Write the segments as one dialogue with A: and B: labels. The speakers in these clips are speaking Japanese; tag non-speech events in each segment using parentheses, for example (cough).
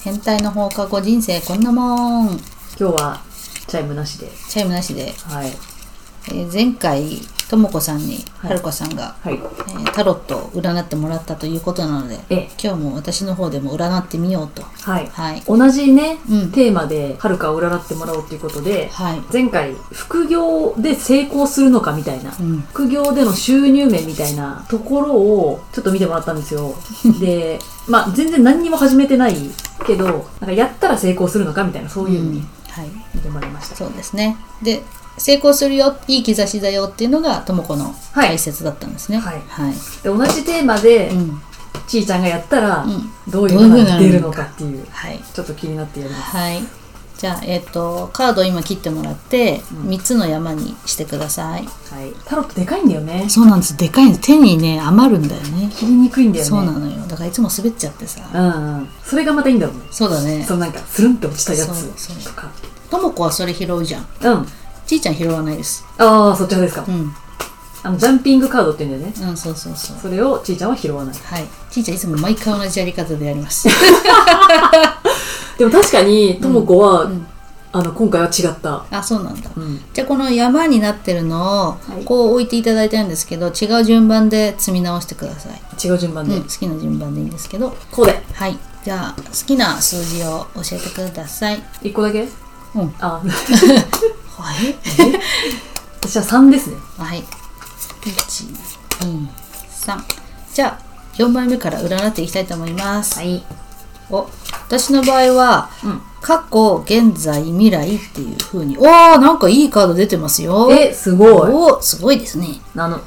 A: 変態の放課後人生こんなもん
B: 今日はチャイムなしで
A: チャイムなしで、
B: はい
A: えー前回ともこさんに
B: はい
A: はるかさんが、
B: はい
A: えータロットを占ってもらったということなので
B: ええ
A: 今日も私の方でも占ってみようと
B: はい
A: はい
B: 同じね、
A: うん
B: テーマではるかを占ってもらおうということで
A: はい、
B: 前回副業で成功するのかみたいな
A: うん、
B: 副業での収入面みたいなところをちょっと見てもらったんです (laughs) よでまあ全然何にも始めてないけどなんかやったら成功するのかみたいなそういうふう
A: うん
B: に
A: はい
B: 見てもらいました、
A: そうですねで成功するよいい兆しだよっていうのがともこの
B: はい
A: 解説だったんですね
B: はい
A: はい、
B: で同じテーマで、
A: うん
B: ちーちゃんがやったら
A: うん
B: どういうのが出るのかっていう
A: はい
B: ちょっと気になってやります
A: はい。じゃあ、えっ、と、カードを今切ってもらって、
B: うん
A: 3つの山にしてください。
B: はい、タロットでかいんだよね
A: そうなんです。でかいんです。手にね、余るんだよね。
B: 切りにくいんだよね
A: そうなのよ。だからいつも滑っちゃってさ。
B: うんうんそれがまたいいんだろうね
A: そうだね
B: そ。のなんかスルンって落ちたや
A: そう
B: つ
A: そ
B: と
A: う
B: か
A: ともこはそれ拾うじゃん。
B: うん
A: ちいちゃん拾わないです。
B: ああそっち派ですか、
A: うん。
B: あのジャンピングカードっていうんだよね
A: うん、そうそうそう。
B: それをちーちゃんは拾わない
A: はい。ちいちゃんいつも毎回同じやり方でやり
B: (laughs)
A: ます。
B: でも確かにともこは、
A: うん
B: あの今回は違った
A: あ、そうなんだ。
B: うん
A: じゃあこの山になってるのを
B: はい
A: こう置いていただいてるんですけど、違う順番で積み直してください、
B: 違う順番で、
A: うん、好きな順番でいいんですけど
B: こうで
A: はいじゃあ好きな数字を教えてください
B: 一個だ
A: う
B: け
A: ん
B: あ
A: はい。
B: (laughs) 私は3ですね
A: はい。一、二、三。じゃあ、四枚目から占っていきたいと思います。
B: い
A: お、私の場合は、
B: うん
A: 過去、現在、未来っていう風に。おー、なんかいいカード出てますよ。
B: えすごい
A: おー、すごいですね。
B: あの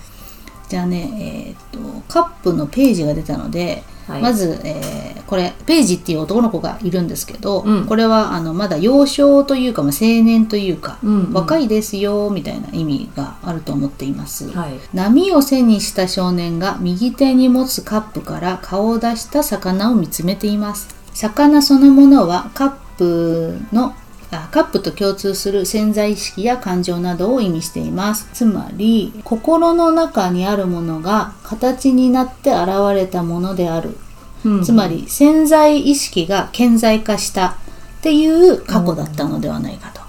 A: じゃあね、えーっと、カップのページが出たので、
B: はい
A: まず、えーこれページっていう男の子がいるんですけど、
B: うん
A: これはあのまだ幼少というか、まあ、青年というか、
B: うんうん
A: 若いですよみたいな意味があると思っています、
B: はい
A: 波を背にした少年が右手に持つカップから顔を出した魚を見つめています魚そのものはカップのあカップと共通する潜在意識や感情などを意味していますつまり心の中にあるものが形になって現れたものである
B: うん
A: つまり潜在意識が顕在化したっていう過去だったのではないかと、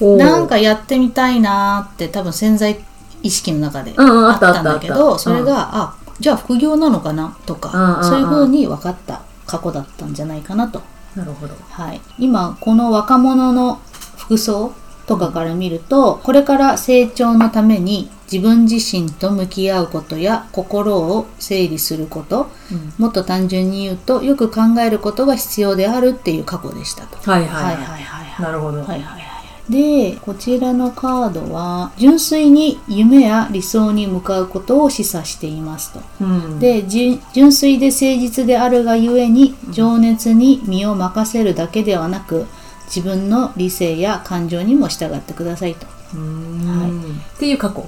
B: ほう
A: なんかやってみたいなーって多分潜在意識の中で
B: うんうん
A: あったんだけど、
B: あったあったあった
A: それが、あじゃあ副業なのかなとか、
B: うんうんうん
A: そういう風に分かった過去だったんじゃないかなと、
B: なるほど
A: はい、今この若者の服装とかから見るとこれから成長のために自分自身と向き合うことや心を整理すること
B: うん
A: もっと単純に言うとよく考えることが必要であるっていう過去でしたと。
B: はいはい、
A: はいはいはいはい
B: なるほど、
A: はいはいはい。で、こちらのカードは、純粋に夢や理想に向かうことを示唆していますと。
B: うん、
A: で、じゅ純粋で誠実であるがゆえに、情熱に身を任せるだけではなく、自分の理性や感情にも従ってくださいと。
B: うーんっていう過去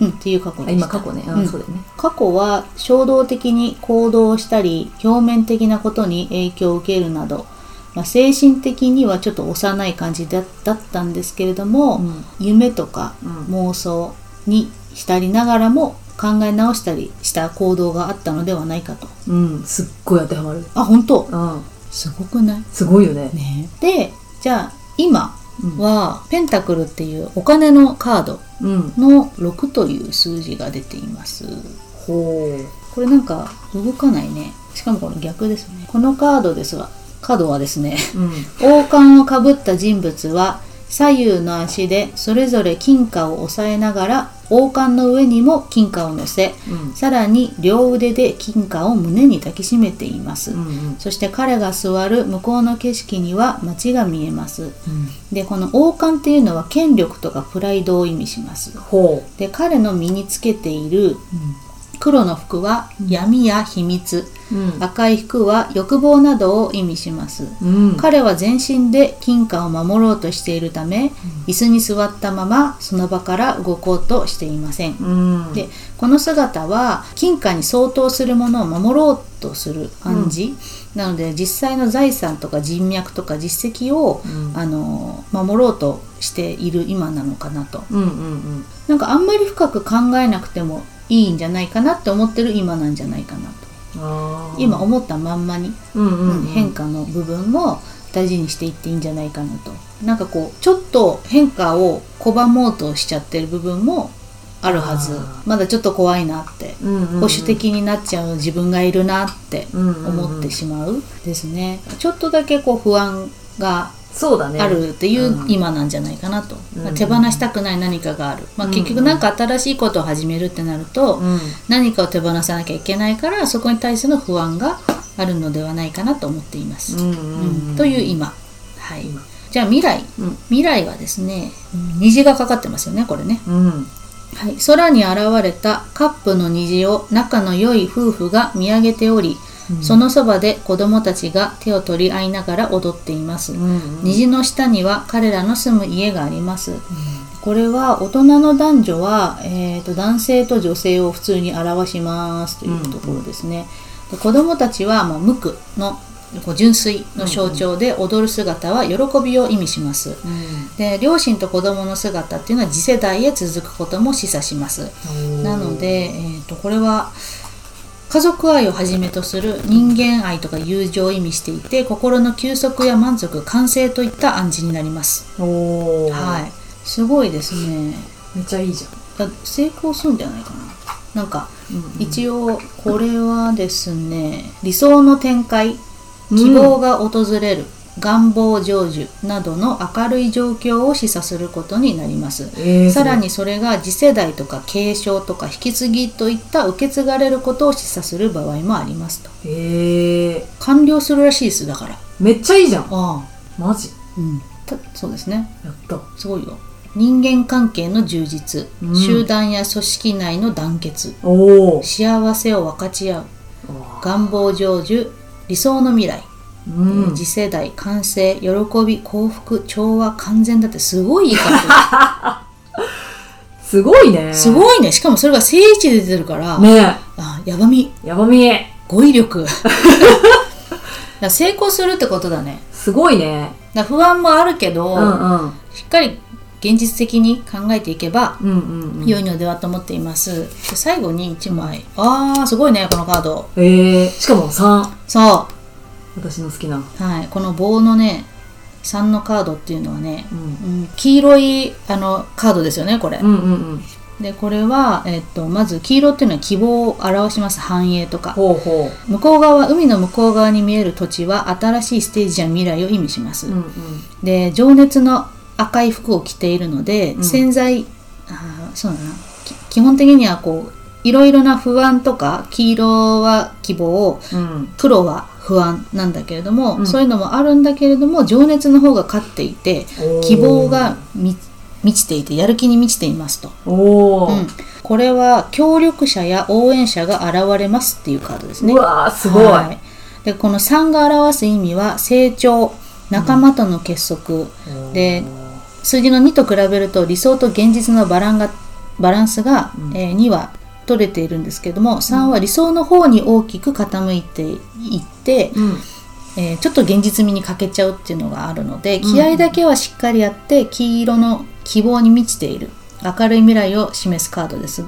A: うん、っていう過去
B: あ
A: でし
B: 今
A: た。
B: 過去ね、
A: うん
B: だよね
A: 過去は衝動的に行動したり表面的なことに影響を受けるなど、まあ、精神的にはちょっと幼い感じだだったんですけれども、
B: うん
A: 夢とか
B: うん
A: 妄想に浸りながらも考え直したりした行動があったのではないかと。
B: うんすっごい当てはまる
A: あ本当
B: うん
A: すごくない
B: すごいよね
A: ねでじゃあ今はペンタクルっていうお金のカード
B: うん
A: の6という数字が出ています。
B: ほ
A: これなんか動かないねしかもこれ逆ですねこのカードですわカードはですね (laughs)
B: ううん
A: 王冠をかぶった人物は左右の足でそれぞれ金貨を押さえながら王冠の上にも金貨を乗せ
B: うん
A: さらに両腕で金貨を胸に抱きしめています、
B: うん
A: そして彼が座る向こうの景色には街が見えます
B: うん
A: でこの王冠っていうのは権力とかプライドを意味します
B: ほ
A: で彼の身につけている
B: う
A: 黒の服は闇や秘密、
B: うん
A: 赤い服は欲望などを意味します、
B: うん
A: 彼は全身で金貨を守ろうとしているため椅子に座ったままその場から動こうとしていません、
B: うん
A: でこの姿は金貨に相当するものを守ろうとする感じ、なので実際の財産とか人脈とか実績を、
B: うん
A: あの守ろうとしている今なのかなと
B: うんうん
A: なんかあんまり深く考えなくてもいいんじゃないかなって思ってる今なんじゃないかなと
B: うんあー
A: 今思ったまんまに、
B: うんうんうん
A: 変化の部分も大事にしていっていいんじゃないかなとなんかこうちょっと変化を拒もうとしちゃってる部分もあるはず
B: あ
A: まだちょっと怖いなって
B: うんうんうん
A: 保守的になっちゃう自分がいるなって思って
B: うんうんうん
A: しまうですねちょっとだけこう不安が
B: そうだね
A: あるっていう
B: うん
A: 今なんじゃないかなと、
B: うん
A: まあ手放したくない何かがある、まあ、
B: うん
A: 結局なんか新しいことを始めるってなると、
B: うん
A: 何かを手放さなきゃいけないからそこに対する不安があるのではないかなと思っています、
B: うん
A: うんという今はい
B: 今
A: じゃあ未来
B: うん
A: 未来はですねうん虹がかかってますよねこれね、
B: うん
A: はい、空に現れたカップの虹を仲の良い夫婦が見上げており、
B: うん
A: そのそばで子供たちが手を取り合いながら踊っています、
B: うん
A: 虹の下には彼らの住む家があります、これは大人の男女は、えー、と男性と女性を普通に表しますというところですね、で子供たちは、まあ、無垢のこう純粋の象徴で踊る姿は喜びを意味します
B: うん
A: で両親と子供の姿っていうのは次世代へ続くことも示唆しますなので、えー、とこれは家族愛をはじめとする人間愛とか友情を意味していて心の休息や満足完成といった暗示になります、
B: おお
A: はいすごいですね
B: めっちゃいいじゃん
A: だ成功するんじゃないかななんか
B: うん
A: 一応これはですね理想の展開希望が訪れる、願望成就などの明るい状況を示唆することになります
B: えー
A: さらにそれが次世代とか継承とか引き継ぎといった受け継がれることを示唆する場合もありますと
B: ええ
A: 完了するらしいですだから
B: めっちゃいいじゃん
A: ああ
B: マジ
A: うんたそうですね
B: やった
A: すごいよ人間関係の充実、
B: うん
A: 集団や組織内の団結
B: おお
A: 幸せを分かち合う
B: が
A: 願望成就理想の未来、
B: うん
A: 次世代完成喜び幸福調和完全だってすごいいい感
B: (laughs)
A: じ
B: すごいね
A: すごいねしかもそれが聖地で出てるから、
B: ね
A: あやばみ
B: えやばみえ
A: 語彙力 (laughs) だから成功するってことだね
B: すごいね
A: だから不安もあるけ
B: う
A: ど、
B: んうん
A: しっかり現実的に考えていけば
B: うんうんうん
A: 良いのではと思っていますで最後に1枚あーすごいねこのカード
B: えーしかも3
A: そう
B: 私の好きな
A: はい、この棒のね3のカードっていうのはね、
B: うん
A: うん黄色いあのカードですよねこれ、
B: うんうんうん
A: でこれは、えっと、まず黄色っていうのは希望を表します繁栄とか
B: ほうほ
A: 向こう側海の向こう側に見える土地は新しいステージや未来を意味します、
B: ううん
A: で情熱の赤い服を着ているので、
B: うん
A: 潜在あーそうだなき基本的にはこういろいろな不安とか黄色は希望
B: うんうん
A: 黒は不安なんだけれども、
B: うん
A: そういうのもあるんだけれども情熱の方が勝っていて
B: おー
A: 希望がみ満ちていてやる気に満ちていますと、
B: おお
A: うん、これは協力者や応援者が現れますっていうカードですね
B: うわーすごい
A: はいでこの3が表す意味は成長仲間との結束、で数字の2と比べると理想と現実のバランがバランスが、
B: うん
A: えー2は取れているんですけども3は理想の方に大きく傾いていって、
B: うん
A: えーちょっと現実味に欠けちゃうっていうのがあるので
B: うん
A: 気合だけはしっかりやって黄色の希望に満ちている明るい未来を示すカードですっ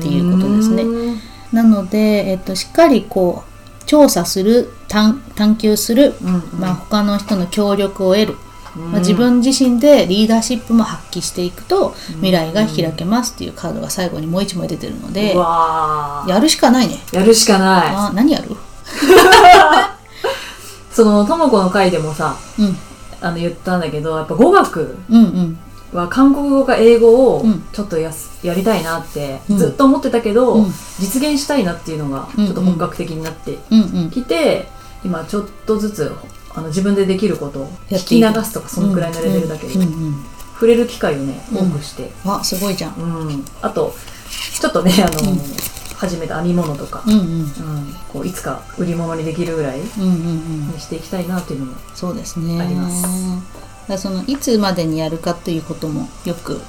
A: ていうことですね
B: うん
A: なので、えっと、しっかりこう調査する探探求する、
B: うん
A: まあ、他の人の協力を得る、
B: うん
A: まあ、自分自身でリーダーシップも発揮していくと未来が開けますっていうカードが最後にもう1枚出てるので
B: うわー
A: やるしかないね
B: やるしかない
A: あー何やる
B: そのとも子の回でもさ
A: うん
B: あの言ったんだけどやっぱ語学
A: うんうん
B: は韓国語か英語を
A: うん
B: ちょっとやすやりたいなって
A: うん
B: ずっと思ってたけど、
A: うん
B: 実現したいなっていうのがちょっと本格的になって
A: うんうん
B: きて、今ちょっとずつあの自分でできることを
A: や
B: 聞
A: ってい
B: き
A: る
B: 流すとかそのくらいのレベルだけど、
A: うんうんうん
B: 触れる機会をね
A: う
B: 多
A: ん
B: くして、
A: あすごいじゃん
B: うんあとちょっとねあの、
A: うん
B: 始めた編み物とか
A: う、んうん
B: うんこういつか売り物にできるぐらいに
A: うんうんうん
B: していきたいなっていうのも
A: そうですね
B: あります
A: だからそのいつまでにやるかということもよく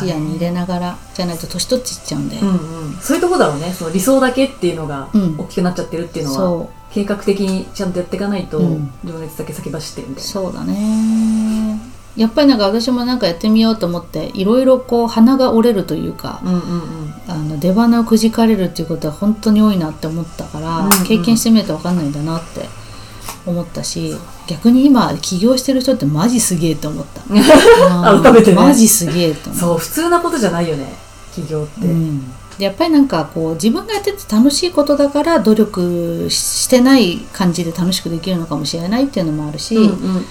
A: 視野に入れながらじゃないと年取っちゃっちゃうんで、
B: うんうん、そういうとこだろうねその理想だけっていうのが
A: うん
B: 大きくなっちゃってるっていうのは、
A: そ
B: 計画的にちゃんとやっていかないと、
A: うん
B: 情熱だけ先走ってるみ
A: う
B: たい
A: そうだねやっぱりなんか私もなんかやってみようと思っていろいろこう鼻が折れるというか、
B: なうんうんうん
A: あの出花をくじかれるっていうことは本当に多いなって思ったから、
B: うんうん
A: 経験してみると分かんないんだなって思ったし逆に今起業してる人ってマジすげえと思った。うん
B: (laughs) 改めてね
A: マジすげえと思った。
B: そう、普通なことじゃないよね、企業って。
A: うん、でやっぱりなんかこう自分がやってて楽しいことだから努力ししてない感じで楽しくできるのかもしれないっていうのもあるし、
B: うんうんうん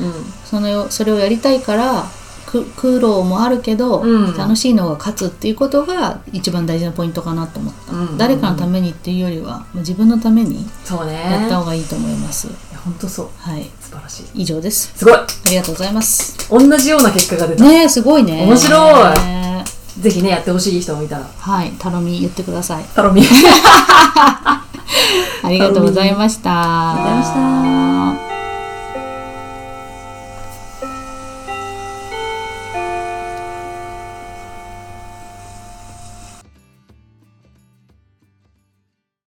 A: そのそれをやりたいからく苦労もあるけど、
B: うん
A: 楽しいのが勝つっていうことが一番大事なポイントかなと思った、
B: うんうんうん
A: 誰かのためにっていうよりはもう自分のために
B: そうね。
A: やった
B: い
A: 方がいいと思います、
B: や本当そう。
A: はい
B: 素晴らしい。
A: 以上です
B: すごい
A: ありがとうございます
B: 同じような結果が出た。
A: ねえすごいね
B: 面白い
A: ねえ
B: ぜひね、やってほしい人もいたら。
A: はい頼み言ってください
B: 頼み。
A: ありがとうございました。。
B: ありがとうございました